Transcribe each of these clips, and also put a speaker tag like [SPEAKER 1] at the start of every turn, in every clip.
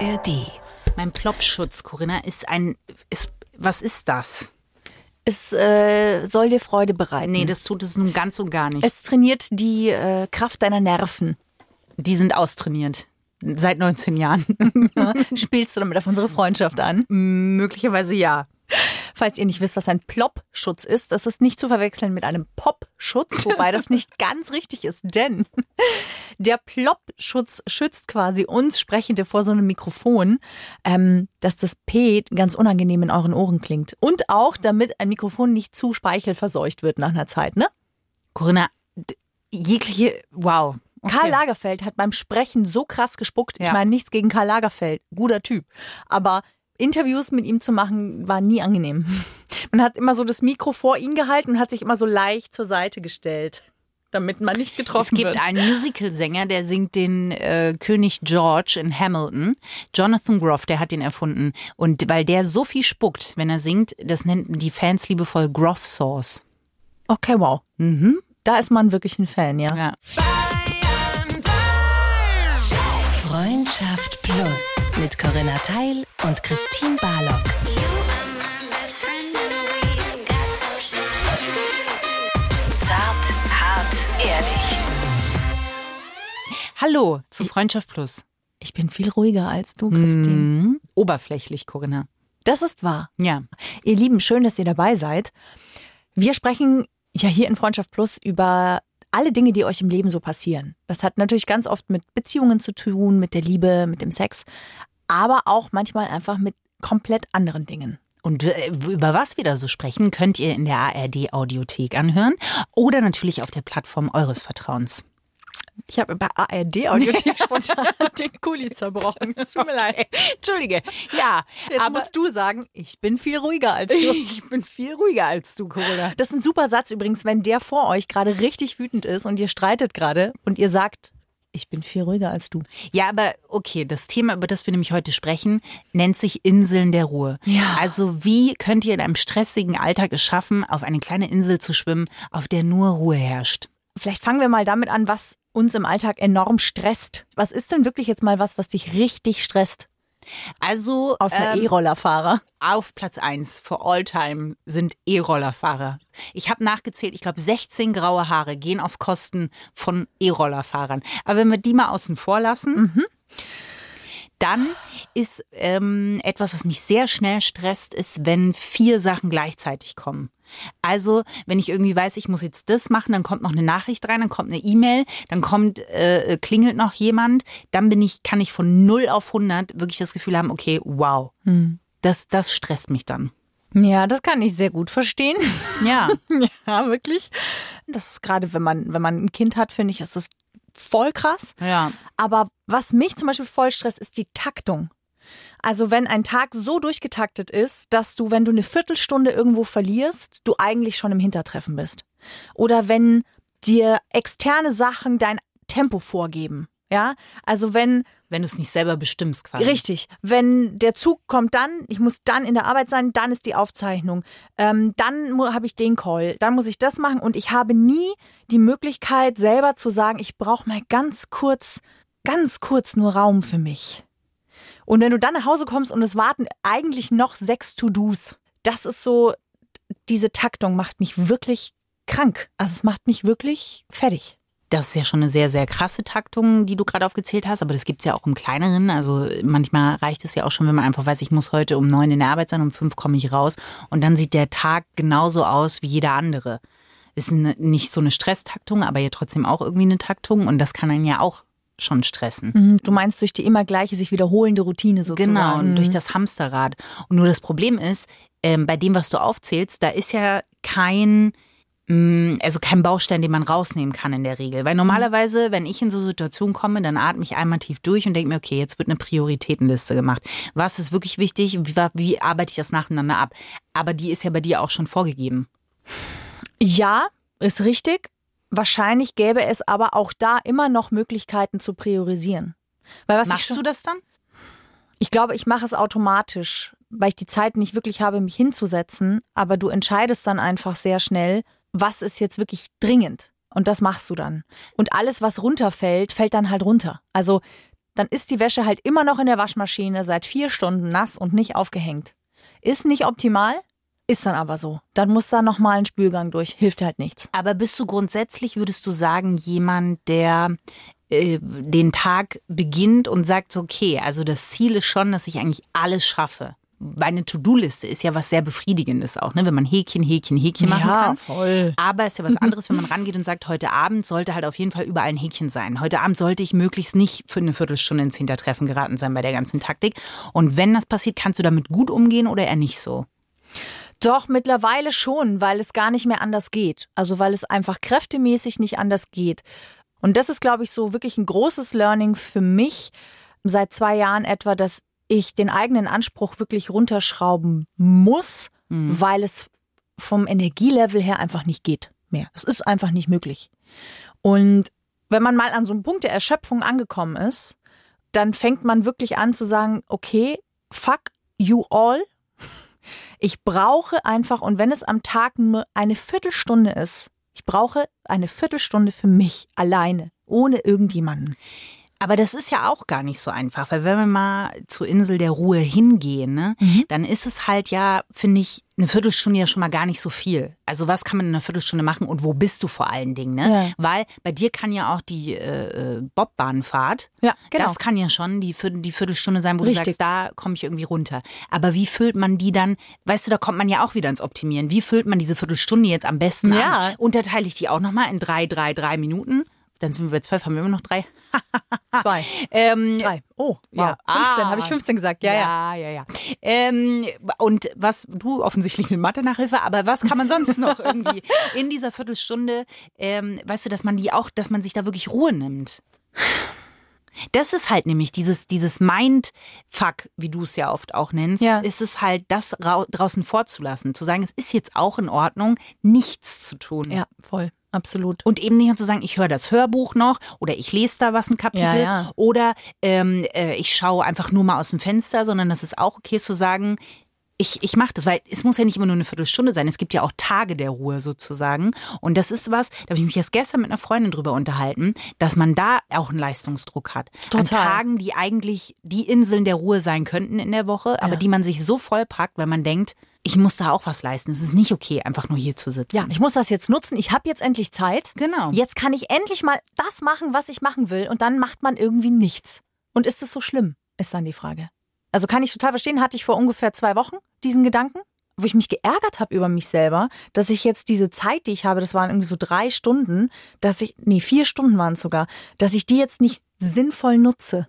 [SPEAKER 1] ARD.
[SPEAKER 2] Mein Plopschutz, Corinna, ist ein. Ist, was ist das?
[SPEAKER 1] Es äh, soll dir Freude bereiten.
[SPEAKER 2] Nee, das tut Hm. es nun ganz und gar nicht.
[SPEAKER 1] Es trainiert die äh, Kraft deiner Nerven.
[SPEAKER 2] Die sind austrainiert. Seit 19 Jahren.
[SPEAKER 1] Spielst du damit auf unsere Freundschaft an?
[SPEAKER 2] Möglicherweise ja.
[SPEAKER 1] Falls ihr nicht wisst, was ein Plop-Schutz ist, das ist nicht zu verwechseln mit einem Pop-Schutz, wobei das nicht ganz richtig ist, denn der Plop-Schutz schützt quasi uns Sprechende vor so einem Mikrofon, ähm, dass das P ganz unangenehm in euren Ohren klingt. Und auch, damit ein Mikrofon nicht zu Speichel verseucht wird nach einer Zeit, ne?
[SPEAKER 2] Corinna, d- jegliche. Wow. Okay.
[SPEAKER 1] Karl Lagerfeld hat beim Sprechen so krass gespuckt. Ich
[SPEAKER 2] Ja.
[SPEAKER 1] meine, nichts gegen Karl Lagerfeld, guter Typ. Aber Interviews mit ihm zu machen, war nie angenehm. Man hat immer so das Mikro vor ihn gehalten und hat sich immer so leicht zur Seite gestellt, damit man nicht
[SPEAKER 2] Es
[SPEAKER 1] getroffen
[SPEAKER 2] gibt
[SPEAKER 1] wird.
[SPEAKER 2] einen Musicalsänger, der singt den äh, König George in Hamilton. Jonathan Groff, der hat den erfunden. Und weil der so viel spuckt, wenn er singt, das nennen die Fans liebevoll Groff Sauce.
[SPEAKER 1] Okay, wow. Mhm. Da ist man wirklich ein Fan, ja.
[SPEAKER 2] Ja.
[SPEAKER 3] Freundschaft Plus mit Corinna Teil und Christine Barlock. Zart, hart, ehrlich.
[SPEAKER 2] Hallo zu Freundschaft Plus.
[SPEAKER 1] Ich bin viel ruhiger als du, Christine.
[SPEAKER 2] Mhm. Oberflächlich, Corinna.
[SPEAKER 1] Das ist wahr.
[SPEAKER 2] Ja.
[SPEAKER 1] Ihr Lieben, schön, dass ihr dabei seid. Wir sprechen ja hier in Freundschaft Plus über alle Dinge, die euch im Leben so passieren. Das hat natürlich ganz oft mit Beziehungen zu tun, mit der Liebe, mit dem Sex, aber auch manchmal einfach mit komplett anderen Dingen.
[SPEAKER 2] Und äh, über was wir da so sprechen, könnt ihr in der ARD Audiothek anhören oder natürlich auf der Plattform eures Vertrauens.
[SPEAKER 1] Ich habe bei ARD Audiothek spontan den Kuli zerbrochen. Es tut mir leid.
[SPEAKER 2] Entschuldige. Ja,
[SPEAKER 1] Jetzt
[SPEAKER 2] aber
[SPEAKER 1] musst du sagen, ich bin viel ruhiger als du.
[SPEAKER 2] ich bin viel ruhiger als du, Corinna.
[SPEAKER 1] Das ist ein super Satz übrigens, wenn der vor euch gerade richtig wütend ist und ihr streitet gerade und ihr sagt, ich bin viel ruhiger als du.
[SPEAKER 2] Ja, aber okay, das Thema, über das wir nämlich heute sprechen, nennt sich Inseln der Ruhe.
[SPEAKER 1] Ja.
[SPEAKER 2] Also wie könnt ihr in einem stressigen Alltag es schaffen, auf eine kleine Insel zu schwimmen, auf der nur Ruhe herrscht?
[SPEAKER 1] Vielleicht fangen wir mal damit an, was uns im Alltag enorm stresst. Was ist denn wirklich jetzt mal was, was dich richtig stresst?
[SPEAKER 2] Also
[SPEAKER 1] Außer
[SPEAKER 2] ähm,
[SPEAKER 1] E-Rollerfahrer.
[SPEAKER 2] auf Platz 1 for all time sind E-Rollerfahrer. Ich habe nachgezählt, ich glaube 16 graue Haare gehen auf Kosten von E-Rollerfahrern. Aber wenn wir die mal außen vor lassen, dann ist ähm, etwas, was mich sehr schnell stresst, ist, wenn vier Sachen gleichzeitig kommen. Also, wenn ich irgendwie weiß, ich muss jetzt das machen, dann kommt noch eine Nachricht rein, dann kommt eine E-Mail, dann kommt äh, äh, klingelt noch jemand, dann bin ich kann ich von 0 auf 100 wirklich das Gefühl haben, okay, wow. Das das stresst mich dann.
[SPEAKER 1] Ja, das kann ich sehr gut verstehen.
[SPEAKER 2] Ja.
[SPEAKER 1] ja, wirklich. Das ist gerade, wenn man, wenn man ein Kind hat, finde ich, ist das voll krass.
[SPEAKER 2] ja.
[SPEAKER 1] Aber was mich zum Beispiel voll stresst, ist die Taktung. Also wenn ein Tag so durchgetaktet ist, dass du, wenn du eine Viertelstunde irgendwo verlierst, du eigentlich schon im Hintertreffen bist. Oder wenn dir externe Sachen dein Tempo vorgeben. Ja, also wenn,
[SPEAKER 2] Wenn du es nicht selber bestimmst quasi.
[SPEAKER 1] richtig, wenn der Zug kommt dann, ich muss dann in der Arbeit sein, dann ist die Aufzeichnung, ähm, dann mu- habe ich den Call, dann muss ich das machen und ich habe nie die Möglichkeit selber zu sagen, ich brauche mal ganz kurz, ganz kurz nur Raum für mich. Und wenn du dann nach Hause kommst und es warten eigentlich noch sechs To-Dos, das ist so, diese Taktung macht mich wirklich krank. Also es macht mich wirklich fertig.
[SPEAKER 2] Das ist ja schon eine sehr, sehr krasse Taktung, die du gerade aufgezählt hast, aber das gibt's ja auch im kleineren. Also manchmal reicht es ja auch schon, wenn man einfach weiß, ich muss heute um neun in der Arbeit sein, um fünf komme ich raus und dann sieht der Tag genauso aus wie jeder andere. Ist eine, nicht so eine Stresstaktung, aber ja trotzdem auch irgendwie eine Taktung und das kann einen ja auch schon stressen.
[SPEAKER 1] Mhm, Du meinst durch die immer gleiche, sich wiederholende Routine sozusagen.
[SPEAKER 2] Genau, und durch
[SPEAKER 1] Mhm.
[SPEAKER 2] das Hamsterrad. Und nur das Problem ist, ähm, bei dem, was du aufzählst, da ist ja kein, mh, also kein Baustein, den man rausnehmen kann in der Regel.
[SPEAKER 1] Mhm.
[SPEAKER 2] Weil normalerweise, wenn ich in so Situationen komme, dann atme ich einmal tief durch und denke mir, okay, jetzt wird eine Prioritätenliste gemacht. Was ist wirklich wichtig? Wie, wa- wie arbeite ich das nacheinander ab? Aber die ist ja bei dir auch schon vorgegeben.
[SPEAKER 1] Ja, ist richtig. Wahrscheinlich gäbe es aber auch da immer noch Möglichkeiten zu priorisieren. Weil was ich
[SPEAKER 2] Machst
[SPEAKER 1] schon,
[SPEAKER 2] du das dann?
[SPEAKER 1] Ich glaube, ich mache es automatisch, weil ich die Zeit nicht wirklich habe, mich hinzusetzen. Aber du entscheidest dann einfach sehr schnell, was ist jetzt wirklich dringend. Und das machst du dann. Und alles, was runterfällt, fällt dann halt runter. Also dann ist die Wäsche halt immer noch in der Waschmaschine seit vier Stunden nass und nicht aufgehängt. Ist nicht optimal, ist dann aber so. Dann muss da nochmal ein Spülgang durch. Hilft halt nichts.
[SPEAKER 2] Aber bist du grundsätzlich, würdest du sagen, jemand, der äh, den Tag beginnt und sagt, so, okay, also das Ziel ist schon, dass ich eigentlich alles schaffe. Meine To-Do-Liste ist ja was sehr Befriedigendes auch, ne? wenn man Häkchen, Häkchen, Häkchen machen
[SPEAKER 1] Ja,
[SPEAKER 2] kann.
[SPEAKER 1] voll.
[SPEAKER 2] Aber es ist ja was anderes, wenn man rangeht und sagt, heute Abend sollte halt auf jeden Fall überall ein Häkchen sein. Heute Abend sollte ich möglichst nicht für eine Viertelstunde ins Hintertreffen geraten sein bei der ganzen Taktik. Und wenn das passiert, kannst du damit gut umgehen oder eher nicht so?
[SPEAKER 1] Doch, mittlerweile schon, weil es gar nicht mehr anders geht. Also weil es einfach kräftemäßig nicht anders geht. Und das ist, glaube ich, so wirklich ein großes Learning für mich seit zwei Jahren etwa, dass ich den eigenen Anspruch wirklich runterschrauben muss, weil es vom Energielevel her einfach nicht geht mehr. Es ist einfach nicht möglich. Und wenn man mal an so einem Punkt der Erschöpfung angekommen ist, dann fängt man wirklich an zu sagen, okay, fuck you all. Ich brauche einfach, und wenn es am Tag nur eine Viertelstunde ist, ich brauche eine Viertelstunde für mich alleine, ohne irgendjemanden.
[SPEAKER 2] Aber das ist ja auch gar nicht so einfach, weil wenn wir mal zur Insel der Ruhe hingehen, ne,
[SPEAKER 1] Mhm.
[SPEAKER 2] dann ist es halt ja, finde ich, eine Viertelstunde ja schon mal gar nicht so viel. Also was kann man in einer Viertelstunde machen und wo bist du vor allen Dingen? Ne?
[SPEAKER 1] Ja.
[SPEAKER 2] Weil bei dir kann ja auch die äh, äh, Bobbahnfahrt,
[SPEAKER 1] Ja, genau.
[SPEAKER 2] das kann ja schon die, Viert- die Viertelstunde sein, wo
[SPEAKER 1] Richtig.
[SPEAKER 2] du sagst, da komme ich irgendwie runter. Aber wie füllt man die dann, weißt du, da kommt man ja auch wieder ins Optimieren. Wie füllt man diese Viertelstunde jetzt am besten
[SPEAKER 1] Ja.
[SPEAKER 2] an? Unterteile ich die auch nochmal in drei, drei, drei Minuten? Dann sind wir bei zwölf, haben wir immer noch drei.
[SPEAKER 1] Zwei,
[SPEAKER 2] Ähm,
[SPEAKER 1] drei. Oh, wow.
[SPEAKER 2] Ja.
[SPEAKER 1] 15,
[SPEAKER 2] Ah.
[SPEAKER 1] habe ich 15 gesagt. Ja, ja.
[SPEAKER 2] ja, ja. ja. Ähm, und was, du offensichtlich mit Mathe-Nachhilfe, aber was kann man sonst noch irgendwie in dieser Viertelstunde, ähm, weißt du, dass man die auch, dass man sich da wirklich Ruhe nimmt? Das ist halt nämlich dieses, dieses Mindfuck, wie du es ja oft auch nennst,
[SPEAKER 1] Ja.
[SPEAKER 2] ist es halt, das rau- draußen vorzulassen. Zu sagen, es ist jetzt auch in Ordnung, nichts zu tun.
[SPEAKER 1] Ja, voll, absolut.
[SPEAKER 2] Und eben nicht um zu sagen, ich höre das Hörbuch noch oder ich lese da was ein Kapitel
[SPEAKER 1] Ja, ja.
[SPEAKER 2] oder ähm, äh, ich schaue einfach nur mal aus dem Fenster, sondern das ist auch okay ist zu sagen, ich, ich mache das, weil es muss ja nicht immer nur eine Viertelstunde sein. Es gibt ja auch Tage der Ruhe sozusagen. Und das ist was, da habe ich mich erst gestern mit einer Freundin drüber unterhalten, dass man da auch einen Leistungsdruck hat. An
[SPEAKER 1] Total.
[SPEAKER 2] Tagen, die eigentlich die Inseln der Ruhe sein könnten in der Woche, aber die man sich so vollpackt, weil man denkt, ich muss da auch was leisten. Es ist nicht okay, einfach nur hier zu sitzen.
[SPEAKER 1] Ja, ich muss das jetzt nutzen. Ich habe jetzt endlich Zeit.
[SPEAKER 2] Genau.
[SPEAKER 1] Jetzt kann ich endlich mal das machen, was ich machen will. Und dann macht man irgendwie nichts. Und ist es so schlimm? Ist dann die Frage. Also kann ich total verstehen, hatte ich vor ungefähr zwei Wochen diesen Gedanken, wo ich mich geärgert habe über mich selber, dass ich jetzt diese Zeit, die ich habe, das waren irgendwie so drei Stunden, dass ich, nee, vier Stunden waren es sogar, dass ich die jetzt nicht sinnvoll nutze.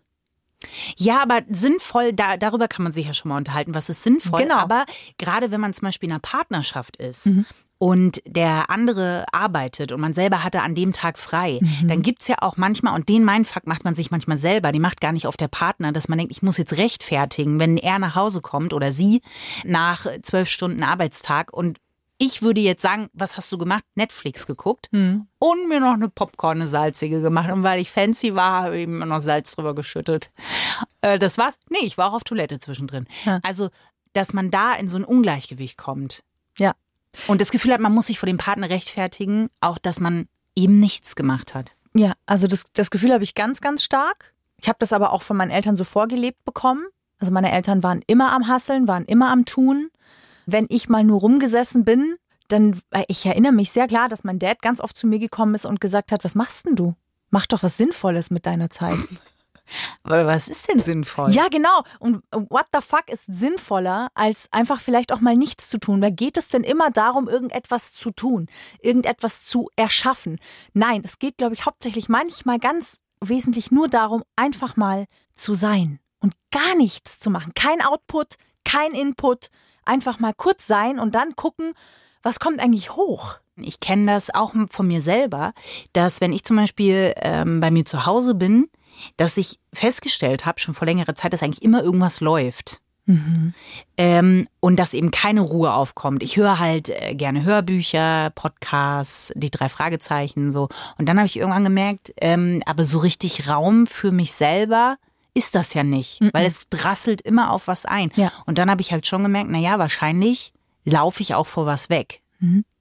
[SPEAKER 2] Ja, aber sinnvoll, da, darüber kann man sich ja schon mal unterhalten, was ist sinnvoll.
[SPEAKER 1] Genau.
[SPEAKER 2] Aber gerade wenn man zum Beispiel in einer Partnerschaft ist und der andere arbeitet und man selber hatte an dem Tag frei, dann gibt's ja auch manchmal, und den Mindfuck macht man sich manchmal selber, die macht gar nicht auf der Partner, dass man denkt, ich muss jetzt rechtfertigen, wenn er nach Hause kommt oder sie nach zwölf Stunden Arbeitstag und ich würde jetzt sagen, was hast du gemacht? Netflix geguckt und mir noch eine Popcorn, eine salzige gemacht. Und weil ich fancy war, habe ich mir noch Salz drüber geschüttet. Äh, das war's. Nee, ich war auch auf Toilette zwischendrin. Also, dass man da in so ein Ungleichgewicht kommt.
[SPEAKER 1] Ja.
[SPEAKER 2] Und das Gefühl hat, man muss sich vor dem Partner rechtfertigen, auch dass man eben nichts gemacht hat.
[SPEAKER 1] Ja, also das, das Gefühl habe ich ganz, ganz stark. Ich habe das aber auch von meinen Eltern so vorgelebt bekommen. Also meine Eltern waren immer am Hasseln, waren immer am Tun. Wenn ich mal nur rumgesessen bin, dann, äh, ich erinnere mich sehr klar, dass mein Dad ganz oft zu mir gekommen ist und gesagt hat, was machst denn du? Mach doch was Sinnvolles mit deiner Zeit.
[SPEAKER 2] Aber was ist denn sinnvoll?
[SPEAKER 1] ja, genau. Und what the fuck ist sinnvoller, als einfach vielleicht auch mal nichts zu tun? Weil geht es denn immer darum, irgendetwas zu tun, irgendetwas zu erschaffen? Nein, es geht, glaube ich, hauptsächlich manchmal ganz wesentlich nur darum, einfach mal zu sein und gar nichts zu machen. Kein Output, kein Input. Einfach mal kurz sein und dann gucken, was kommt eigentlich hoch?
[SPEAKER 2] Ich kenne das auch von mir selber, dass wenn ich zum Beispiel ähm, bei mir zu Hause bin, dass ich festgestellt habe, schon vor längerer Zeit, dass eigentlich immer irgendwas läuft. Ähm, und dass eben keine Ruhe aufkommt. Ich höre halt äh, gerne Hörbücher, Podcasts, die drei Fragezeichen so. Und dann habe ich irgendwann gemerkt, ähm, aber so richtig Raum für mich selber ist das ja nicht, weil es drasselt immer auf was ein.
[SPEAKER 1] Ja.
[SPEAKER 2] Und dann habe ich halt schon gemerkt, na ja, wahrscheinlich laufe ich auch vor was weg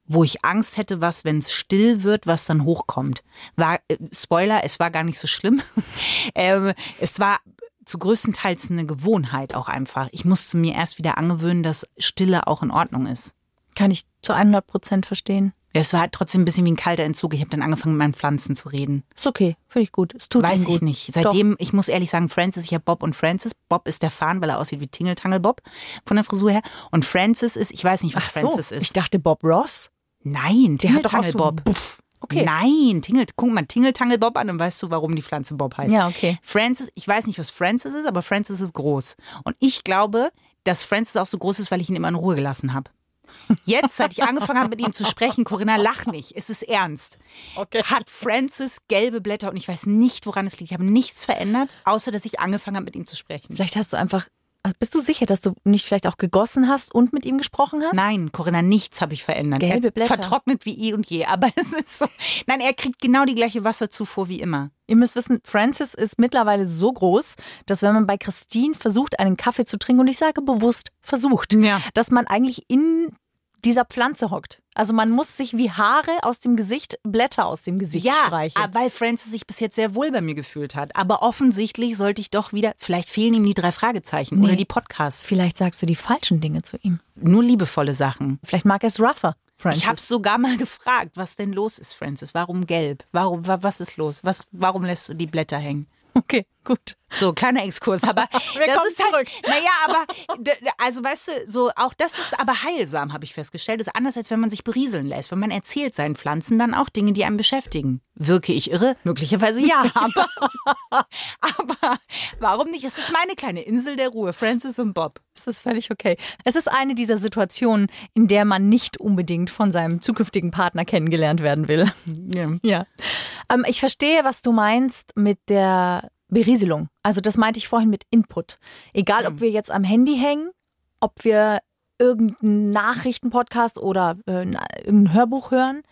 [SPEAKER 2] wo ich Angst hätte, was, wenn es still wird, was dann hochkommt. War, äh, Spoiler, es war gar nicht so schlimm. ähm, es war zu größtenteils eine Gewohnheit auch einfach. Ich musste mir erst wieder angewöhnen, dass Stille auch in Ordnung ist.
[SPEAKER 1] Kann ich zu 100 Prozent verstehen.
[SPEAKER 2] Es war halt trotzdem ein bisschen wie ein kalter Entzug. Ich habe dann angefangen, mit meinen Pflanzen zu reden.
[SPEAKER 1] Ist okay, finde ich gut. Es tut
[SPEAKER 2] Weiß
[SPEAKER 1] ihm gut.
[SPEAKER 2] ich nicht. Seitdem, ich muss ehrlich sagen, Francis, ich habe Bob und Francis. Bob ist der Fahnen, weil er aussieht wie Tingeltangel Bob von der Frisur her. Und Francis ist, ich weiß nicht, was
[SPEAKER 1] Ach so,
[SPEAKER 2] Francis
[SPEAKER 1] ich
[SPEAKER 2] ist.
[SPEAKER 1] dachte Bob Ross.
[SPEAKER 2] Nein,
[SPEAKER 1] Der hat doch auch
[SPEAKER 2] Tingeltangel
[SPEAKER 1] so
[SPEAKER 2] Bob.
[SPEAKER 1] Okay.
[SPEAKER 2] Nein, Tingle, guck mal Tingeltangel Bob an, dann weißt du, warum die Pflanze Bob heißt.
[SPEAKER 1] Ja, okay.
[SPEAKER 2] Francis, ich weiß nicht, was Francis ist, aber Francis ist groß. Und ich glaube, dass Francis auch so groß ist, weil ich ihn immer in Ruhe gelassen habe. Jetzt, seit ich angefangen habe, mit ihm zu sprechen, Corinna, lach nicht, es ist ernst. Hat Francis gelbe Blätter und ich weiß nicht, woran es liegt. Ich habe nichts verändert, außer dass ich angefangen habe, mit ihm zu sprechen.
[SPEAKER 1] Vielleicht hast du einfach. Bist du sicher, dass du nicht vielleicht auch gegossen hast und mit ihm gesprochen hast?
[SPEAKER 2] Nein, Corinna, nichts habe ich verändert.
[SPEAKER 1] Gelbe
[SPEAKER 2] Er-
[SPEAKER 1] Blätter.
[SPEAKER 2] Vertrocknet wie eh und je, aber es ist so. Nein, er kriegt genau die gleiche Wasserzufuhr wie immer.
[SPEAKER 1] Ihr müsst wissen, Francis ist mittlerweile so groß, dass wenn man bei Christine versucht, einen Kaffee zu trinken, und ich sage bewusst versucht,
[SPEAKER 2] Ja.
[SPEAKER 1] dass man eigentlich in dieser Pflanze hockt. Also man muss sich wie Haare aus dem Gesicht, Blätter aus dem Gesicht
[SPEAKER 2] ja,
[SPEAKER 1] streichen.
[SPEAKER 2] ah, weil Francis sich bis jetzt sehr wohl bei mir gefühlt hat. Aber offensichtlich sollte ich doch wieder, vielleicht fehlen ihm die drei Fragezeichen oder
[SPEAKER 1] Nee.
[SPEAKER 2] die Podcasts.
[SPEAKER 1] Vielleicht sagst du die falschen Dinge zu ihm.
[SPEAKER 2] Nur liebevolle Sachen.
[SPEAKER 1] Vielleicht mag er es rougher, Francis.
[SPEAKER 2] Ich habe sogar mal gefragt, was denn los ist, Francis. Warum gelb? Warum, wa- was ist los? Was, warum lässt du die Blätter hängen?
[SPEAKER 1] okay, gut.
[SPEAKER 2] So, kleiner Exkurs, aber
[SPEAKER 1] Wir
[SPEAKER 2] das
[SPEAKER 1] kommen
[SPEAKER 2] ist halt,
[SPEAKER 1] zurück.
[SPEAKER 2] naja, aber d- d- also weißt du, so auch das ist aber heilsam, habe ich festgestellt. Ist anders als wenn man sich berieseln lässt, wenn man erzählt seinen Pflanzen dann auch Dinge, die einen beschäftigen. Wirke ich irre? Möglicherweise ja, aber, aber warum nicht? Es ist meine kleine Insel der Ruhe, Francis und Bob.
[SPEAKER 1] Es ist völlig okay. Es ist eine dieser Situationen, in der man nicht unbedingt von seinem zukünftigen Partner kennengelernt werden will. Ja. Ähm, ich verstehe, was du meinst mit der Berieselung. Also das meinte ich vorhin mit Input. Egal, ob wir jetzt am Handy hängen, ob wir irgendeinen Nachrichtenpodcast oder äh, na- irgendein Hörbuch hören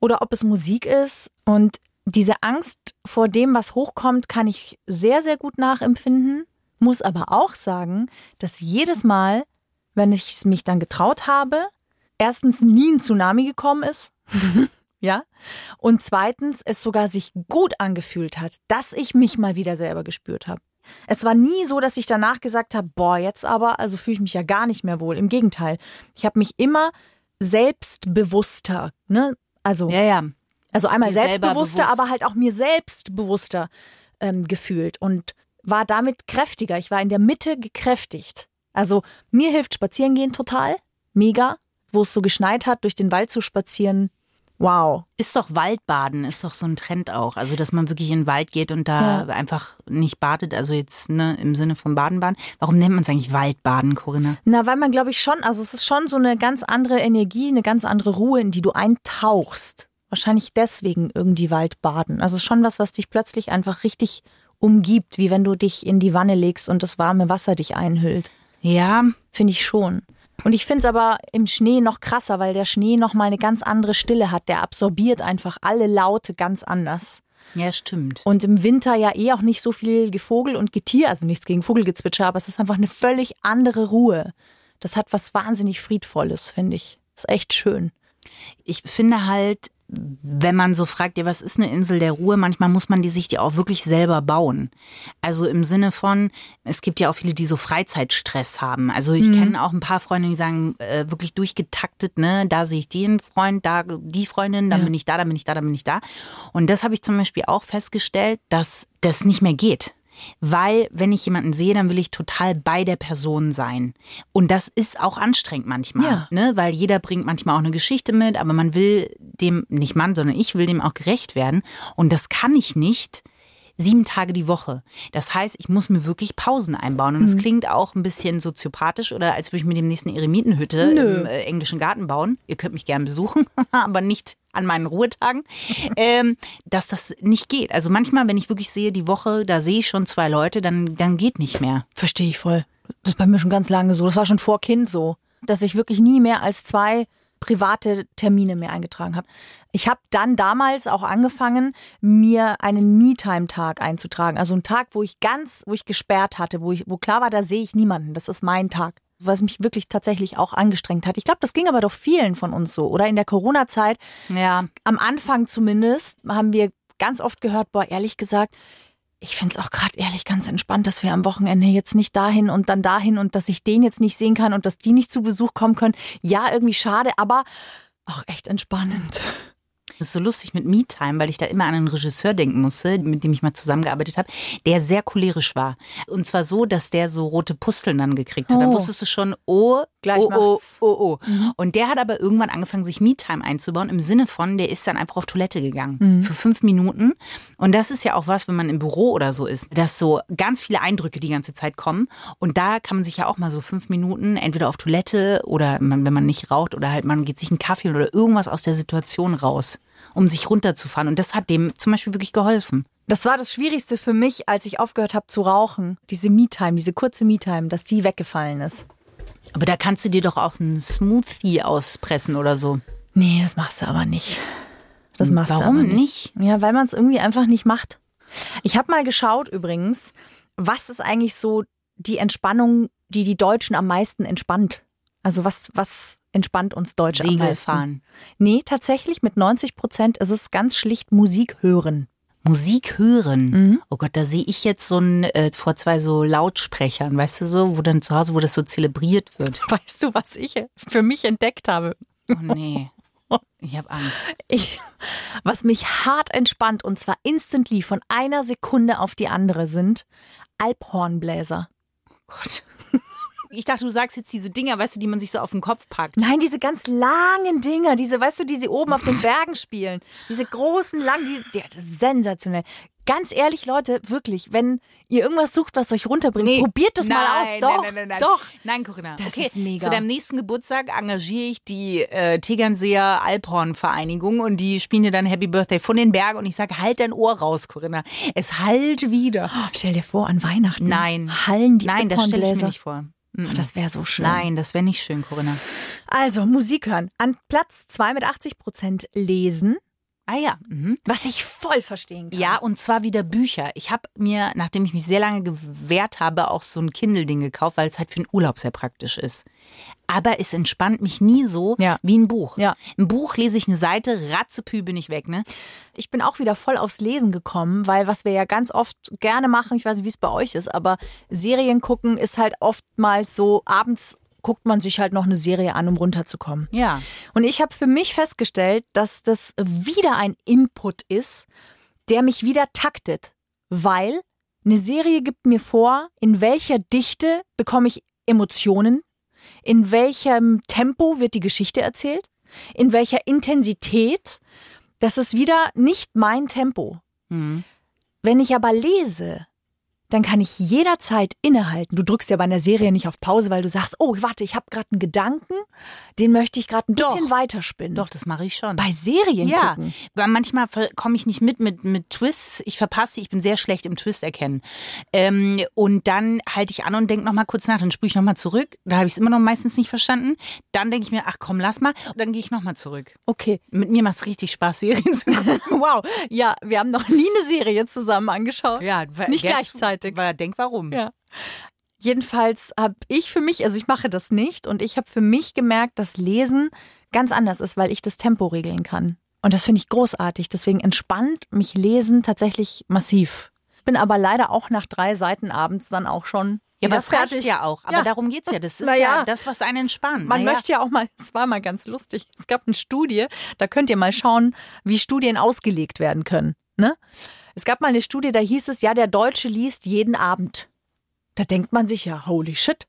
[SPEAKER 1] oder ob es Musik ist. Und diese Angst vor dem, was hochkommt, kann ich sehr, sehr gut nachempfinden. Muss aber auch sagen, dass jedes Mal, wenn ich es mich dann getraut habe, erstens nie ein Tsunami gekommen ist. ja. Und zweitens, es sogar sich gut angefühlt hat, dass ich mich mal wieder selber gespürt habe. Es war nie so, dass ich danach gesagt habe, boah, jetzt aber, also fühle ich mich ja gar nicht mehr wohl. Im Gegenteil, ich habe mich immer selbstbewusster, ne? Also,
[SPEAKER 2] Ja, ja.
[SPEAKER 1] also einmal
[SPEAKER 2] dir selber
[SPEAKER 1] selbstbewusster,
[SPEAKER 2] bewusst.
[SPEAKER 1] aber halt auch mir selbstbewusster ähm, gefühlt und war damit kräftiger. Ich war in der Mitte gekräftigt. Also mir hilft Spazierengehen total, mega. Wo es so geschneit hat, durch den Wald zu spazieren, wow.
[SPEAKER 2] Ist doch Waldbaden, ist doch so ein Trend auch. Also, dass man wirklich in den Wald geht und da einfach nicht badet. Also jetzt ne, im Sinne von Baden baden. Warum nennt man es eigentlich Waldbaden, Corinna?
[SPEAKER 1] Na, weil man, glaube ich, schon, also es ist schon so eine ganz andere Energie, eine ganz andere Ruhe, in die du eintauchst. Wahrscheinlich deswegen irgendwie Waldbaden. Also es ist schon was, was dich plötzlich einfach richtig umgibt, wie wenn du dich in die Wanne legst und das warme Wasser dich einhüllt.
[SPEAKER 2] Ja,
[SPEAKER 1] Finde ich schon. Und ich finde es aber im Schnee noch krasser, weil der Schnee nochmal eine ganz andere Stille hat. Der absorbiert einfach alle Laute ganz anders.
[SPEAKER 2] ja, stimmt.
[SPEAKER 1] Und im Winter ja eh auch nicht so viel Gevogel und Getier, also nichts gegen Vogelgezwitscher, aber es ist einfach eine völlig andere Ruhe. Das hat was wahnsinnig Friedvolles, finde ich. Ist echt schön.
[SPEAKER 2] Ich finde halt, wenn man so fragt, ja, was ist eine Insel der Ruhe, manchmal muss man die sich die auch wirklich selber bauen. Also im Sinne von, es gibt ja auch viele, die so Freizeitstress haben. Also ich kenne auch ein paar Freunde, die sagen, äh, wirklich durchgetaktet, ne, da sehe ich den Freund, da die Freundin, dann bin ich da, dann bin ich da, dann bin ich da. Und das habe ich zum Beispiel auch festgestellt, dass das nicht mehr geht. Weil, wenn ich jemanden sehe, dann will ich total bei der Person sein. Und das ist auch anstrengend manchmal,
[SPEAKER 1] Ja.
[SPEAKER 2] ne? weil jeder bringt manchmal auch eine Geschichte mit, aber man will dem, nicht Mann, sondern ich will dem auch gerecht werden. Und das kann ich nicht sieben Tage die Woche. Das heißt, ich muss mir wirklich Pausen einbauen. Und es klingt auch ein bisschen soziopathisch oder als würde ich mir demnächst eine Eremitenhütte im äh, englischen Garten bauen. Ihr könnt mich gern besuchen, aber nicht an meinen Ruhetagen, ähm, dass das nicht geht. Also manchmal, wenn ich wirklich sehe, die Woche, da sehe ich schon zwei Leute, dann, dann geht nicht mehr.
[SPEAKER 1] Verstehe ich voll. Das ist bei mir schon ganz lange so. Das war schon vor Kind so, dass ich wirklich nie mehr als zwei private Termine mehr eingetragen habe. Ich habe dann damals auch angefangen, mir einen Me-Time-Tag einzutragen. Also einen Tag, wo ich ganz, wo ich gesperrt hatte, wo, ich, wo klar war, da sehe ich niemanden. Das ist mein Tag. was mich wirklich tatsächlich auch angestrengt hat. Ich glaube, das ging aber doch vielen von uns so, oder? In der Corona-Zeit,
[SPEAKER 2] Ja.
[SPEAKER 1] am Anfang zumindest, haben wir ganz oft gehört, boah, ehrlich gesagt, ich finde es auch gerade ehrlich ganz entspannt, dass wir am Wochenende jetzt nicht dahin und dann dahin und dass ich den jetzt nicht sehen kann und dass die nicht zu Besuch kommen können. Ja, irgendwie schade, aber auch echt entspannend.
[SPEAKER 2] Das ist so lustig mit Me-Time, weil ich da immer an einen Regisseur denken musste, mit dem ich mal zusammengearbeitet habe, der sehr cholerisch war. Und zwar so, dass der so rote Pusteln dann gekriegt hat. Da
[SPEAKER 1] Oh.
[SPEAKER 2] wusstest du schon, oh,
[SPEAKER 1] Gleich
[SPEAKER 2] oh, oh,
[SPEAKER 1] macht's. Mhm.
[SPEAKER 2] oh, oh. Und der hat aber irgendwann angefangen, sich Me-Time einzubauen, im Sinne von, der ist dann einfach auf Toilette gegangen.
[SPEAKER 1] Mhm.
[SPEAKER 2] Für fünf Minuten. Und das ist ja auch was, wenn man im Büro oder so ist, dass so ganz viele Eindrücke die ganze Zeit kommen. Und da kann man sich ja auch mal so fünf Minuten entweder auf Toilette oder man, wenn man nicht raucht oder halt man geht sich einen Kaffee holen oder irgendwas aus der Situation raus, um sich runterzufahren. Und das hat dem zum Beispiel wirklich geholfen.
[SPEAKER 1] Das war das Schwierigste für mich, als ich aufgehört habe zu rauchen. Diese Me-Time, diese kurze Me-Time, dass die weggefallen ist.
[SPEAKER 2] Aber da kannst du dir doch auch einen Smoothie auspressen oder so.
[SPEAKER 1] Nee, das machst du aber nicht. Das machst
[SPEAKER 2] Warum
[SPEAKER 1] du aber
[SPEAKER 2] nicht?
[SPEAKER 1] Ja, weil man es irgendwie einfach nicht macht. Ich habe mal geschaut übrigens, was ist eigentlich so die Entspannung, die die Deutschen am meisten entspannt? Also was, was entspannt uns Deutsche am
[SPEAKER 2] Segel
[SPEAKER 1] meisten?
[SPEAKER 2] fahren.
[SPEAKER 1] Nee, tatsächlich mit 90 Prozent ist es ganz schlicht Musik hören.
[SPEAKER 2] Musik hören. Oh Gott, da sehe ich jetzt so ein, äh, vor zwei so Lautsprechern, weißt du so, wo dann zu Hause, wo das so zelebriert wird.
[SPEAKER 1] Weißt du, was ich für mich entdeckt habe?
[SPEAKER 2] Oh nee. Ich habe Angst.
[SPEAKER 1] Ich, was mich hart entspannt und zwar instantly von einer Sekunde auf die andere sind Alphornbläser.
[SPEAKER 2] Gott. Ich dachte, du sagst jetzt diese Dinger, weißt du, die man sich so auf den Kopf packt.
[SPEAKER 1] Nein, diese ganz langen Dinger, diese, weißt du, die sie oben auf den Bergen spielen. Diese großen, langen, die, die, das ist sensationell. Ganz ehrlich, Leute, wirklich, wenn ihr irgendwas sucht, was euch runterbringt,
[SPEAKER 2] Nee.
[SPEAKER 1] probiert das mal aus.
[SPEAKER 2] Nein,
[SPEAKER 1] Doch,
[SPEAKER 2] nein, nein, nein, nein.
[SPEAKER 1] doch.
[SPEAKER 2] Nein, Corinna.
[SPEAKER 1] Das
[SPEAKER 2] okay,
[SPEAKER 1] ist mega.
[SPEAKER 2] Zu deinem nächsten Geburtstag engagiere ich die äh, Tegernseer Alphorn-Vereinigung und die spielen dir dann Happy Birthday von den Bergen und ich sage, halt dein Ohr raus, Corinna. Es halt wieder.
[SPEAKER 1] Oh, stell dir vor, an Weihnachten
[SPEAKER 2] Nein.
[SPEAKER 1] hallen die
[SPEAKER 2] Nein, das stelle ich mir
[SPEAKER 1] Opernbläser.
[SPEAKER 2] nicht vor. Mm-mm.
[SPEAKER 1] Oh, das wäre so schön.
[SPEAKER 2] Nein, das wäre nicht schön, Corinna.
[SPEAKER 1] Also, Musik hören. An Platz 2 mit 80 Prozent lesen,
[SPEAKER 2] Ah ja. Mhm.
[SPEAKER 1] was ich voll verstehen kann.
[SPEAKER 2] Ja, und zwar wieder Bücher. Ich habe mir, nachdem ich mich sehr lange gewehrt habe, auch so ein Kindle-Ding gekauft, weil es halt für den Urlaub sehr praktisch ist. Aber es entspannt mich nie so
[SPEAKER 1] Ja.
[SPEAKER 2] wie ein Buch.
[SPEAKER 1] Ja.
[SPEAKER 2] Ein Buch lese ich eine Seite, ratzepü bin ich weg, ne?
[SPEAKER 1] Ich bin auch wieder voll aufs Lesen gekommen, weil was wir ja ganz oft gerne machen, ich weiß nicht, wie es bei euch ist, aber Serien gucken ist halt oftmals so, abends guckt man sich halt noch eine Serie an, um runterzukommen.
[SPEAKER 2] Ja.
[SPEAKER 1] Und ich habe für mich festgestellt, dass das wieder ein Input ist, der mich wieder taktet, weil eine Serie gibt mir vor, in welcher Dichte bekomme ich Emotionen, in welchem Tempo wird die Geschichte erzählt, in welcher Intensität. Das ist wieder nicht mein Tempo.
[SPEAKER 2] Mhm.
[SPEAKER 1] Wenn ich aber lese, dann kann ich jederzeit innehalten. Du drückst ja bei einer Serie nicht auf Pause, weil du sagst, oh, warte, ich habe gerade einen Gedanken, den möchte ich gerade ein
[SPEAKER 2] Doch.
[SPEAKER 1] bisschen weiterspinnen.
[SPEAKER 2] Doch, das mache ich schon.
[SPEAKER 1] Bei Serien
[SPEAKER 2] ja,
[SPEAKER 1] gucken.
[SPEAKER 2] weil manchmal komme ich nicht mit, mit mit Twists. Ich verpasse, die. ich bin sehr schlecht im Twist erkennen. Ähm, und dann halte ich an und denke nochmal kurz nach, dann spüre ich nochmal zurück. Da habe ich es immer noch meistens nicht verstanden. Dann denke ich mir, ach komm, lass mal. Und dann gehe ich nochmal zurück.
[SPEAKER 1] Okay.
[SPEAKER 2] Mit mir macht es richtig Spaß, Serien zu gucken.
[SPEAKER 1] Wow. Ja, wir haben noch nie eine Serie zusammen angeschaut.
[SPEAKER 2] Ja, wa-
[SPEAKER 1] Nicht
[SPEAKER 2] guess-
[SPEAKER 1] gleichzeitig.
[SPEAKER 2] Weil denk warum.
[SPEAKER 1] Ja. Jedenfalls habe ich für mich, also ich mache das nicht und ich habe für mich gemerkt, dass Lesen ganz anders ist, weil ich das Tempo regeln kann. Und das finde ich großartig. Deswegen entspannt mich Lesen tatsächlich massiv. Bin aber leider auch nach drei Seiten abends dann auch schon.
[SPEAKER 2] Ja,
[SPEAKER 1] wieder
[SPEAKER 2] aber das reicht
[SPEAKER 1] fertig.
[SPEAKER 2] ja auch. Aber
[SPEAKER 1] Ja.
[SPEAKER 2] darum geht's ja. Das ist
[SPEAKER 1] Na
[SPEAKER 2] ja.
[SPEAKER 1] ja.
[SPEAKER 2] das, was einen entspannt.
[SPEAKER 1] Man
[SPEAKER 2] Na ja.
[SPEAKER 1] möchte ja auch mal, es war mal ganz lustig, es gab eine Studie, da könnt ihr mal schauen, wie Studien ausgelegt werden können. Ne? Es gab mal eine Studie, da hieß es, ja, der Deutsche liest jeden Abend. Da denkt man sich ja, holy shit,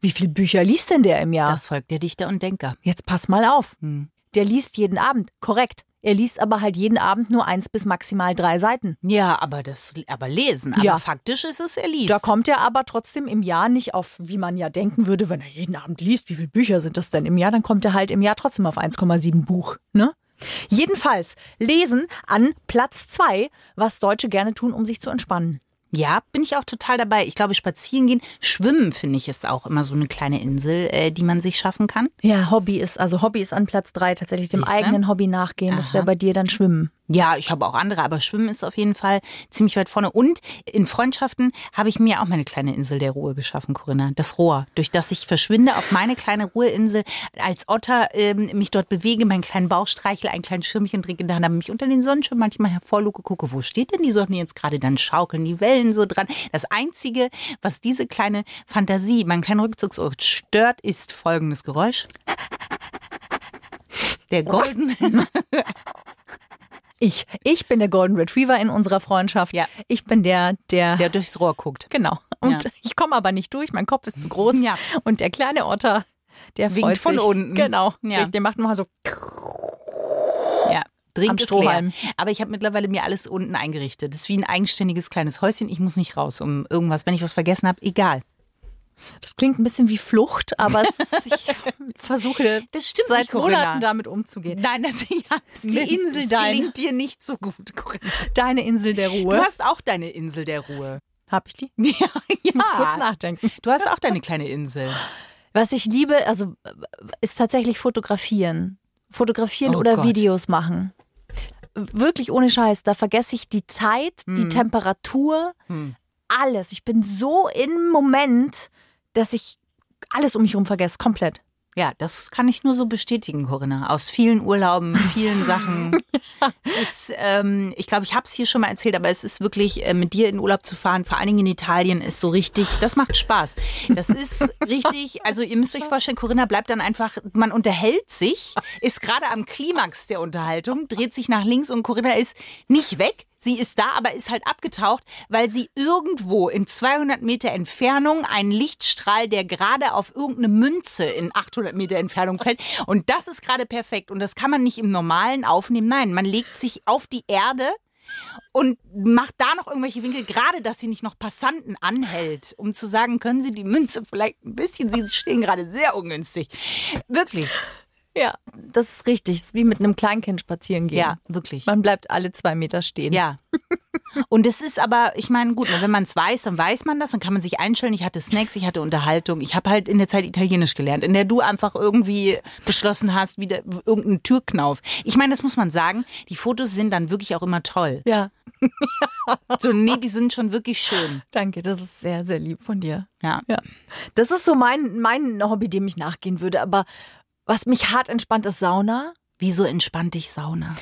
[SPEAKER 1] wie viele Bücher liest denn der im Jahr?
[SPEAKER 2] Das folgt der Dichter und Denker.
[SPEAKER 1] Jetzt pass mal auf.
[SPEAKER 2] Hm.
[SPEAKER 1] Der liest jeden Abend, korrekt. Er liest aber halt jeden Abend nur eins bis maximal drei Seiten.
[SPEAKER 2] Ja, aber das, aber lesen. Aber
[SPEAKER 1] Ja.
[SPEAKER 2] faktisch ist es, er liest.
[SPEAKER 1] Da kommt er aber trotzdem im Jahr nicht auf, wie man ja denken würde, wenn er jeden Abend liest, wie viele Bücher sind das denn im Jahr, dann kommt er halt im Jahr trotzdem auf 1,7 Buch, ne? Jedenfalls lesen an Platz zwei, was Deutsche gerne tun, um sich zu entspannen.
[SPEAKER 2] Ja, bin ich auch total dabei. Ich glaube, spazieren gehen, schwimmen finde ich ist auch immer so eine kleine Insel, äh, die man sich schaffen kann.
[SPEAKER 1] Ja, Hobby ist, also Hobby ist an Platz drei tatsächlich dem
[SPEAKER 2] Siehste?
[SPEAKER 1] eigenen Hobby nachgehen. Das wäre bei dir dann Schwimmen.
[SPEAKER 2] Ja, ich habe auch andere, aber Schwimmen ist auf jeden Fall ziemlich weit vorne. Und in Freundschaften habe ich mir auch meine kleine Insel der Ruhe geschaffen, Corinna. Das Rohr, durch das ich verschwinde auf meine kleine Ruheinsel, als Otter ähm, mich dort bewege, meinen kleinen Bauch streichle, einen kleinen Schirmchen trinke in der Hand, habe mich unter den Sonnenschirm manchmal hervorluke, gucke, wo steht denn die Sonne jetzt gerade? Dann schaukeln die Wellen so dran. Das Einzige, was diese kleine Fantasie, meinen kleinen Rückzugsort stört, ist folgendes Geräusch. Der goldene
[SPEAKER 1] Ich. Ich bin der Golden Retriever in unserer Freundschaft.
[SPEAKER 2] Ja.
[SPEAKER 1] Ich bin der, der.
[SPEAKER 2] der durchs Rohr guckt.
[SPEAKER 1] genau. Und
[SPEAKER 2] Ja.
[SPEAKER 1] ich komme aber nicht durch, mein Kopf ist zu groß.
[SPEAKER 2] Ja.
[SPEAKER 1] Und der kleine Otter, der
[SPEAKER 2] Winkt
[SPEAKER 1] freut
[SPEAKER 2] von
[SPEAKER 1] sich.
[SPEAKER 2] unten.
[SPEAKER 1] Genau.
[SPEAKER 2] Ja.
[SPEAKER 1] Der macht nochmal so.
[SPEAKER 2] Ja. Dringt
[SPEAKER 1] Am
[SPEAKER 2] ist
[SPEAKER 1] Strohhalm.
[SPEAKER 2] leer. Aber ich habe mittlerweile mir alles unten eingerichtet. Das ist wie ein eigenständiges kleines Häuschen. Ich muss nicht raus um irgendwas. Wenn ich was vergessen habe, egal.
[SPEAKER 1] Das klingt ein bisschen wie Flucht, aber es, ich versuche
[SPEAKER 2] Das stimmt
[SPEAKER 1] seit
[SPEAKER 2] nicht, Corinna.
[SPEAKER 1] Monaten damit umzugehen.
[SPEAKER 2] Nein, das, ja, das
[SPEAKER 1] Die
[SPEAKER 2] klingt-
[SPEAKER 1] Insel
[SPEAKER 2] das
[SPEAKER 1] deine.
[SPEAKER 2] klingt dir nicht so gut, Corinna.
[SPEAKER 1] Deine Insel der
[SPEAKER 2] Du
[SPEAKER 1] Ruhe.
[SPEAKER 2] hast auch deine Insel der Ruhe.
[SPEAKER 1] Hab ich die?
[SPEAKER 2] Ja, ja.
[SPEAKER 1] Ich muss kurz nachdenken.
[SPEAKER 2] Du hast auch deine kleine Insel.
[SPEAKER 1] Was ich liebe, also ist tatsächlich fotografieren. Fotografieren
[SPEAKER 2] Oh
[SPEAKER 1] oder
[SPEAKER 2] Gott.
[SPEAKER 1] Videos machen. Wirklich ohne Scheiß, da vergesse ich die Zeit,
[SPEAKER 2] Mm.
[SPEAKER 1] die Temperatur, alles. Ich bin so im Moment, dass ich alles um mich herum vergesse, komplett.
[SPEAKER 2] Ja, das kann ich nur so bestätigen, Corinna. Aus vielen Urlauben, vielen Sachen. Es ist, ähm, ich glaube, ich habe es hier schon mal erzählt, aber es ist wirklich, äh, mit dir in Urlaub zu fahren, vor allen Dingen in Italien, ist so richtig, das macht Spaß. Das ist richtig, also ihr müsst euch vorstellen, Corinna bleibt dann einfach, man unterhält sich, ist gerade am Klimax der Unterhaltung, dreht sich nach links und Corinna ist nicht weg. Sie ist da, aber ist halt abgetaucht, weil sie irgendwo in 200 Meter Entfernung einen Lichtstrahl, der gerade auf irgendeine Münze in 800 Meter Entfernung fällt. Und das ist gerade perfekt. Und das kann man nicht im Normalen aufnehmen. Nein, man legt sich auf die Erde und macht da noch irgendwelche Winkel, gerade dass sie nicht noch Passanten anhält, um zu sagen, können sie die Münze vielleicht ein bisschen, sie stehen gerade sehr ungünstig. Wirklich,
[SPEAKER 1] Ja, das ist richtig. Das ist wie mit einem Kleinkind spazieren gehen.
[SPEAKER 2] ja, wirklich.
[SPEAKER 1] Man bleibt alle zwei Meter stehen.
[SPEAKER 2] Ja. Und es ist aber, ich meine, gut, ne, wenn man es weiß, dann weiß man das, dann kann man sich einstellen. Ich hatte Snacks, ich hatte Unterhaltung. Ich habe halt in der Zeit Italienisch gelernt, in der du einfach irgendwie beschlossen hast, wieder irgendeinen Türknauf. Ich meine, das muss man sagen, die Fotos sind dann wirklich auch immer toll.
[SPEAKER 1] ja.
[SPEAKER 2] So, nee, die sind schon wirklich schön.
[SPEAKER 1] Danke, das ist sehr, sehr lieb von dir.
[SPEAKER 2] Ja.
[SPEAKER 1] Ja. Das ist so mein, mein Hobby, dem ich nachgehen würde. Aber was mich hart entspannt, ist Sauna.
[SPEAKER 2] Wieso entspannt dich Sauna?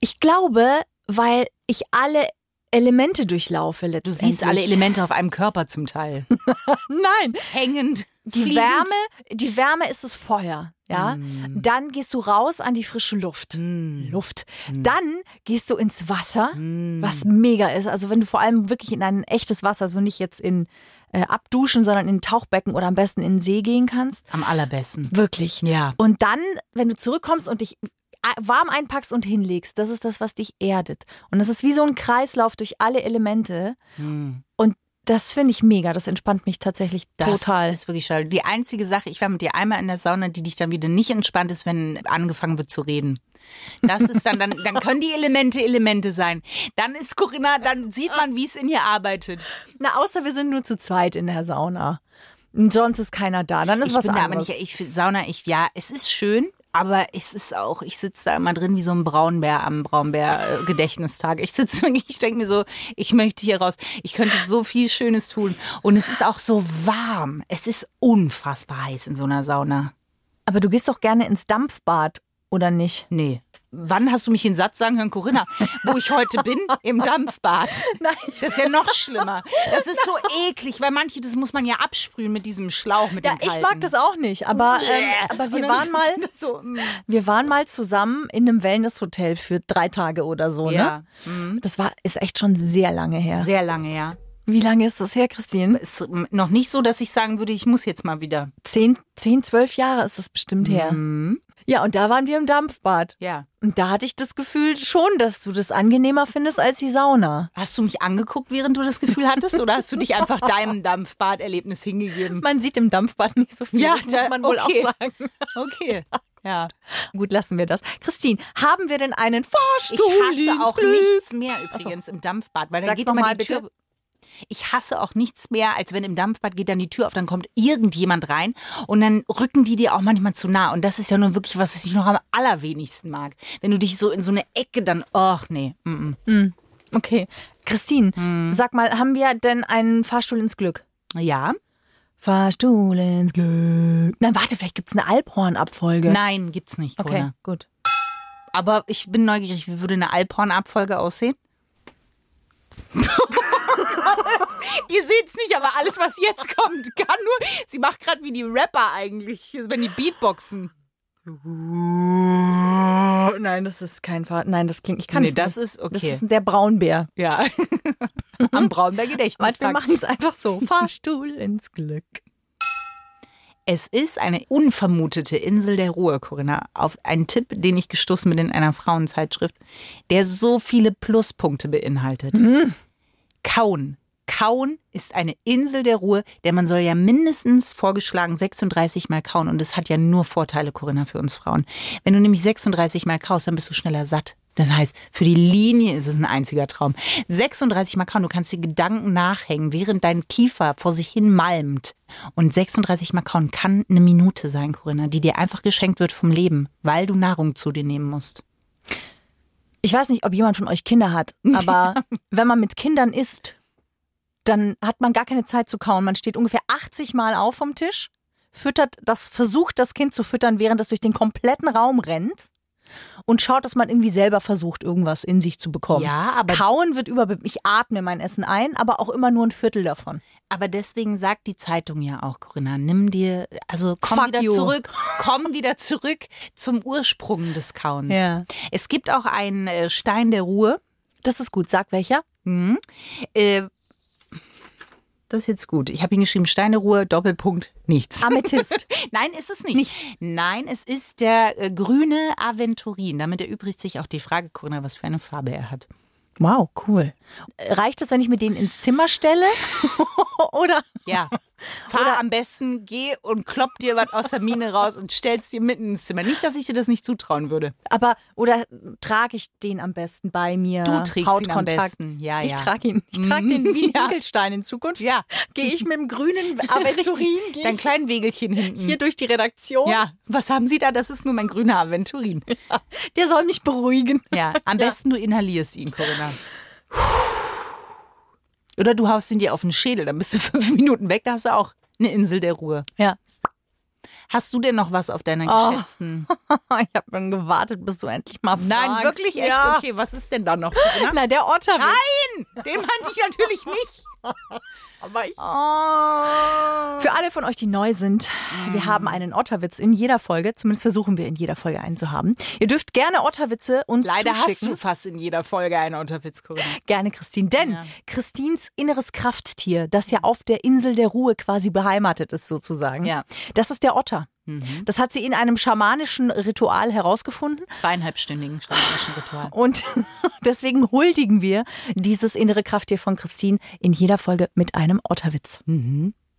[SPEAKER 1] Ich glaube, weil ich alle Elemente durchlaufe
[SPEAKER 2] Du
[SPEAKER 1] letztendlich.
[SPEAKER 2] siehst alle Elemente auf einem Körper zum Teil.
[SPEAKER 1] Nein,
[SPEAKER 2] Hängend.
[SPEAKER 1] die
[SPEAKER 2] fliegend.
[SPEAKER 1] Wärme, die Wärme ist das Feuer, ja?
[SPEAKER 2] Mm.
[SPEAKER 1] Dann gehst du raus an die frische Luft.
[SPEAKER 2] Hm.
[SPEAKER 1] Luft.
[SPEAKER 2] Mm.
[SPEAKER 1] Dann gehst du ins Wasser, was mega ist. Also wenn du vor allem wirklich in ein echtes Wasser, so nicht jetzt in äh, Abduschen, sondern in ein Tauchbecken oder am besten in den See gehen kannst.
[SPEAKER 2] Am allerbesten.
[SPEAKER 1] Wirklich.
[SPEAKER 2] Ja.
[SPEAKER 1] Und dann, wenn du zurückkommst und dich äh, warm einpackst und hinlegst, das ist das, was dich erdet. Und das ist wie so ein Kreislauf durch alle Elemente.
[SPEAKER 2] Hm.
[SPEAKER 1] Und das finde ich mega. Das entspannt mich tatsächlich
[SPEAKER 2] Das
[SPEAKER 1] total.
[SPEAKER 2] ist wirklich schade. Die einzige Sache, ich war mit dir einmal in der Sauna, die dich dann wieder nicht entspannt ist, wenn angefangen wird zu reden. Das ist dann, dann, dann können die Elemente Elemente sein. Dann ist Corinna, dann sieht man, wie es in ihr arbeitet.
[SPEAKER 1] Na, außer wir sind nur zu zweit in der Sauna. Und Sonst ist keiner da. Dann ist
[SPEAKER 2] ich
[SPEAKER 1] was
[SPEAKER 2] bin da aber
[SPEAKER 1] anderes.
[SPEAKER 2] nicht, ich find Sauna, ich, ja, es ist schön, aber es ist auch, ich sitze da immer drin wie so ein Braunbär am Braunbär-Gedächtnistag. Ich sitze wirklich, ich denke mir so, ich möchte hier raus. Ich könnte so viel Schönes tun. Und es ist auch so warm. Es ist unfassbar heiß in so einer Sauna.
[SPEAKER 1] aber du gehst doch gerne ins Dampfbad, oder nicht?
[SPEAKER 2] Nee. Wann hast du mich den Satz sagen hören, Corinna, wo ich heute bin? Im Dampfbad.
[SPEAKER 1] Nein.
[SPEAKER 2] Das ist ja noch schlimmer. Das ist so eklig, weil manche, das muss man ja absprühen mit diesem Schlauch, mit
[SPEAKER 1] Ja,
[SPEAKER 2] dem
[SPEAKER 1] ich
[SPEAKER 2] kalten.
[SPEAKER 1] mag das auch nicht, aber, ähm,
[SPEAKER 2] Bäh.
[SPEAKER 1] aber
[SPEAKER 2] Und
[SPEAKER 1] wir
[SPEAKER 2] dann
[SPEAKER 1] waren mal,
[SPEAKER 2] ist das So, mm.
[SPEAKER 1] wir waren mal zusammen in einem Wellnesshotel für drei Tage oder so,
[SPEAKER 2] Ja.
[SPEAKER 1] ne? Das war, ist echt schon sehr lange her.
[SPEAKER 2] Sehr lange, ja.
[SPEAKER 1] Wie lange ist das her, Christine?
[SPEAKER 2] Ist ähm, noch nicht so, dass ich sagen würde, ich muss jetzt mal wieder.
[SPEAKER 1] Zehn, zehn zwölf Jahre ist das bestimmt her. Ja, und da waren wir im Dampfbad.
[SPEAKER 2] Ja.
[SPEAKER 1] Und da hatte ich das Gefühl schon, dass du das angenehmer findest als die Sauna.
[SPEAKER 2] Hast du mich angeguckt, während du das Gefühl hattest, oder hast du dich einfach deinem Dampfbaderlebnis hingegeben?
[SPEAKER 1] Man sieht im Dampfbad nicht so viel,
[SPEAKER 2] Ja,
[SPEAKER 1] das
[SPEAKER 2] da-
[SPEAKER 1] muss man wohl
[SPEAKER 2] okay.
[SPEAKER 1] auch sagen.
[SPEAKER 2] Okay. Ja.
[SPEAKER 1] Gut, lassen wir das. Christine, haben wir denn einen
[SPEAKER 2] Ich
[SPEAKER 1] Vorstuhl?
[SPEAKER 2] hasse auch
[SPEAKER 1] Glück?
[SPEAKER 2] nichts mehr übrigens im Dampfbad, weil dann
[SPEAKER 1] Sag's
[SPEAKER 2] geht
[SPEAKER 1] noch
[SPEAKER 2] immer
[SPEAKER 1] mal,
[SPEAKER 2] die Tür. Ich hasse auch nichts mehr, als wenn im Dampfbad geht dann die Tür auf, dann kommt irgendjemand rein und dann rücken die dir auch manchmal zu nah. Und das ist ja nun wirklich was, was ich noch am allerwenigsten mag. Wenn du dich so in so eine Ecke dann, ach nee. Mm -mm.
[SPEAKER 1] Okay. Christine, sag mal, haben wir denn einen Fahrstuhl ins Glück?
[SPEAKER 2] Ja.
[SPEAKER 1] Fahrstuhl ins Glück. Na, warte, vielleicht gibt's eine Alphorn-Abfolge.
[SPEAKER 2] Nein, gibt's nicht.
[SPEAKER 1] okay,
[SPEAKER 2] Corona.
[SPEAKER 1] gut.
[SPEAKER 2] Aber ich bin neugierig, wie würde eine Alphorn-Abfolge aussehen? Ihr seht's nicht, aber alles, was jetzt kommt, kann nur. Sie macht gerade wie die Rapper eigentlich, wenn die Beatboxen.
[SPEAKER 1] Oh, Nein, das ist kein Fahr. Nein, das klingt. Ich kann
[SPEAKER 2] Nee,
[SPEAKER 1] es
[SPEAKER 2] das
[SPEAKER 1] nicht.
[SPEAKER 2] ist okay.
[SPEAKER 1] Das ist der Braunbär.
[SPEAKER 2] Ja. Am Braunberg
[SPEAKER 1] Weil wir
[SPEAKER 2] Gedächtnistag.
[SPEAKER 1] machen es einfach so. Fahrstuhl ins Glück.
[SPEAKER 2] Es ist eine unvermutete Insel der Ruhe, Corinna. Auf einen Tipp, den ich gestoßen bin in einer Frauenzeitschrift, der so viele Pluspunkte beinhaltet. Kauen. Kauen ist eine Insel der Ruhe, denn man soll ja mindestens vorgeschlagen 36 Mal kauen. Und das hat ja nur Vorteile, Corinna, für uns Frauen. Wenn du nämlich 36 Mal kaust, dann bist du schneller satt. Das heißt, für die Linie ist es ein einziger Traum. 36 Mal kauen, du kannst die Gedanken nachhängen, während dein Kiefer vor sich hin malmt. Und 36 Mal kauen kann eine Minute sein, Corinna, die dir einfach geschenkt wird vom Leben, weil du Nahrung zu dir nehmen musst.
[SPEAKER 1] Ich weiß nicht, ob jemand von euch Kinder hat, aber wenn man mit Kindern isst, dann hat man gar keine Zeit zu kauen. Man steht ungefähr 80 Mal auf vom Tisch, füttert das, versucht das Kind zu füttern, während es durch den kompletten Raum rennt und schaut, dass man irgendwie selber versucht, irgendwas in sich zu bekommen.
[SPEAKER 2] Ja, aber-
[SPEAKER 1] kauen wird über. Ich atme mein Essen ein, aber auch immer nur ein Viertel davon.
[SPEAKER 2] Aber deswegen sagt die Zeitung ja auch, Corinna, nimm dir, also komm
[SPEAKER 1] Fuck
[SPEAKER 2] wieder
[SPEAKER 1] you.
[SPEAKER 2] zurück, komm wieder zurück zum Ursprung des Kauens.
[SPEAKER 1] Ja.
[SPEAKER 2] Es gibt auch einen äh, Stein der Ruhe.
[SPEAKER 1] Das ist gut. Sag welcher?
[SPEAKER 2] Äh, das ist jetzt gut. Ich habe ihn geschrieben, Stein der Ruhe, Doppelpunkt, nichts.
[SPEAKER 1] Amethyst.
[SPEAKER 2] Nein, ist es nicht. Nein, es ist der äh, grüne Aventurin. Damit erübrigt sich auch die Frage, Corinna, was für eine Farbe er hat.
[SPEAKER 1] Wow, cool. Reicht es, wenn ich mir den ins Zimmer stelle? Oder?
[SPEAKER 2] Ja. Fahr am besten, geh und klopp dir was aus der Mine raus und stell's dir mitten ins Zimmer. Nicht, dass ich dir das nicht zutrauen würde.
[SPEAKER 1] Aber oder trage ich den am besten bei mir?
[SPEAKER 2] Du trägst ihn am
[SPEAKER 1] Hautkontakt.
[SPEAKER 2] besten. Ja,
[SPEAKER 1] ich
[SPEAKER 2] ja.
[SPEAKER 1] trage ihn. Ich trage den wie ein
[SPEAKER 2] Ja.
[SPEAKER 1] Hinkelstein in Zukunft.
[SPEAKER 2] Ja.
[SPEAKER 1] Gehe ich mit dem grünen Aventurin
[SPEAKER 2] Richtig. Mhm.
[SPEAKER 1] geh
[SPEAKER 2] Dein
[SPEAKER 1] ich
[SPEAKER 2] kleinen Wegelchen hinten.
[SPEAKER 1] hier durch die Redaktion.
[SPEAKER 2] ja, was haben Sie da? Das ist nur mein grüner Aventurin.
[SPEAKER 1] Der soll mich beruhigen.
[SPEAKER 2] Ja, am besten du inhalierst ihn, Corinna. Oder du haust ihn dir auf den Schädel, dann bist du fünf Minuten weg, da hast du auch eine Insel der Ruhe.
[SPEAKER 1] Ja.
[SPEAKER 2] Hast du denn noch was auf deiner
[SPEAKER 1] Oh.
[SPEAKER 2] geschätzten?
[SPEAKER 1] Ich habe dann gewartet, bis du endlich mal fragst.
[SPEAKER 2] Mhm. Nein, wirklich echt? ne?
[SPEAKER 1] Ja.
[SPEAKER 2] Okay, was ist denn da noch? Corinna?
[SPEAKER 1] Na, der Otter.
[SPEAKER 2] Den meinte ich natürlich nicht. Aber ich.
[SPEAKER 1] Für alle von euch, die neu sind,
[SPEAKER 2] Mhm.
[SPEAKER 1] wir haben einen Otterwitz in jeder Folge. Zumindest versuchen wir in jeder Folge einen zu haben. Ihr dürft gerne Otterwitze uns
[SPEAKER 2] Leider hast
[SPEAKER 1] zuschicken.
[SPEAKER 2] du fast in jeder Folge einen Otterwitz, Corinna.
[SPEAKER 1] Gerne, Christine. Denn Christins inneres Krafttier, das ja auf der Insel der Ruhe quasi beheimatet ist, sozusagen,
[SPEAKER 2] Ja.
[SPEAKER 1] das ist der Otter. Das hat sie in einem schamanischen Ritual herausgefunden.
[SPEAKER 2] Zweieinhalbstündigen Ritual.
[SPEAKER 1] Und deswegen huldigen wir dieses innere Krafttier von Christine in jeder Folge mit einem Otterwitz.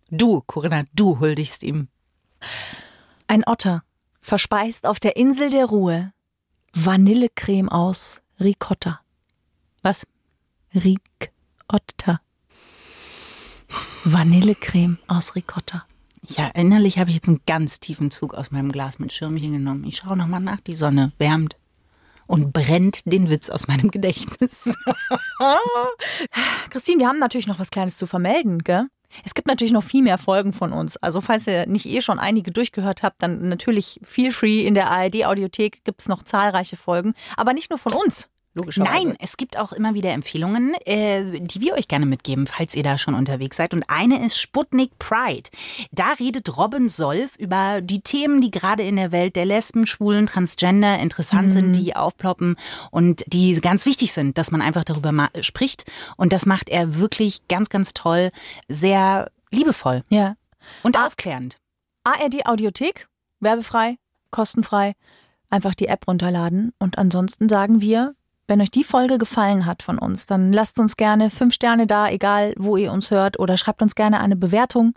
[SPEAKER 2] Du, Corinna, du huldigst ihm.
[SPEAKER 1] Ein Otter verspeist auf der Insel der Ruhe Vanillecreme aus Ricotta.
[SPEAKER 2] Was?
[SPEAKER 1] Ricotta. Vanillecreme aus Ricotta.
[SPEAKER 2] Ja, innerlich habe ich jetzt einen ganz tiefen Zug aus meinem Glas mit Schirmchen genommen. Ich schaue nochmal nach, die Sonne wärmt und brennt den Witz aus meinem Gedächtnis.
[SPEAKER 1] Christine, wir haben natürlich noch was Kleines zu vermelden, gell? Es gibt natürlich noch viel mehr Folgen von uns. Also falls ihr nicht eh schon einige durchgehört habt, dann natürlich feel free. In der ARD-Audiothek gibt es noch zahlreiche Folgen, aber nicht nur von uns, logischerweise.
[SPEAKER 2] Nein, es gibt auch immer wieder Empfehlungen, äh, die wir euch gerne mitgeben, falls ihr da schon unterwegs seid. Und eine ist Sputnik Pride. Da redet Robin Solf über die Themen, die gerade in der Welt der Lesben, Schwulen, Transgender interessant sind, die aufploppen und die ganz wichtig sind, dass man einfach darüber ma spricht. Und das macht er wirklich ganz, ganz toll, sehr liebevoll
[SPEAKER 1] Ja.
[SPEAKER 2] und
[SPEAKER 1] Ah.
[SPEAKER 2] aufklärend.
[SPEAKER 1] ARD-Audiothek, werbefrei, kostenfrei. Einfach die App runterladen. Und ansonsten sagen wir, wenn euch die Folge gefallen hat von uns, dann lasst uns gerne fünf Sterne da, egal wo ihr uns hört, oder schreibt uns gerne eine Bewertung.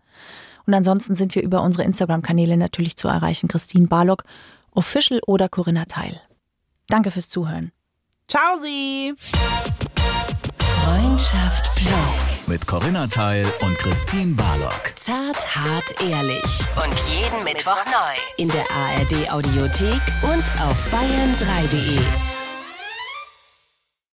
[SPEAKER 1] Und ansonsten sind wir über unsere Instagram-Kanäle natürlich zu erreichen. Christine Barlock, Official oder Corinna Teil. Danke fürs Zuhören.
[SPEAKER 2] Ciao, Sie!
[SPEAKER 3] Freundschaft Plus.
[SPEAKER 4] Mit Corinna Teil und Christine Barlock.
[SPEAKER 3] Zart, hart, ehrlich. Und jeden Mittwoch neu. In der ARD-Audiothek und auf bayern3.de.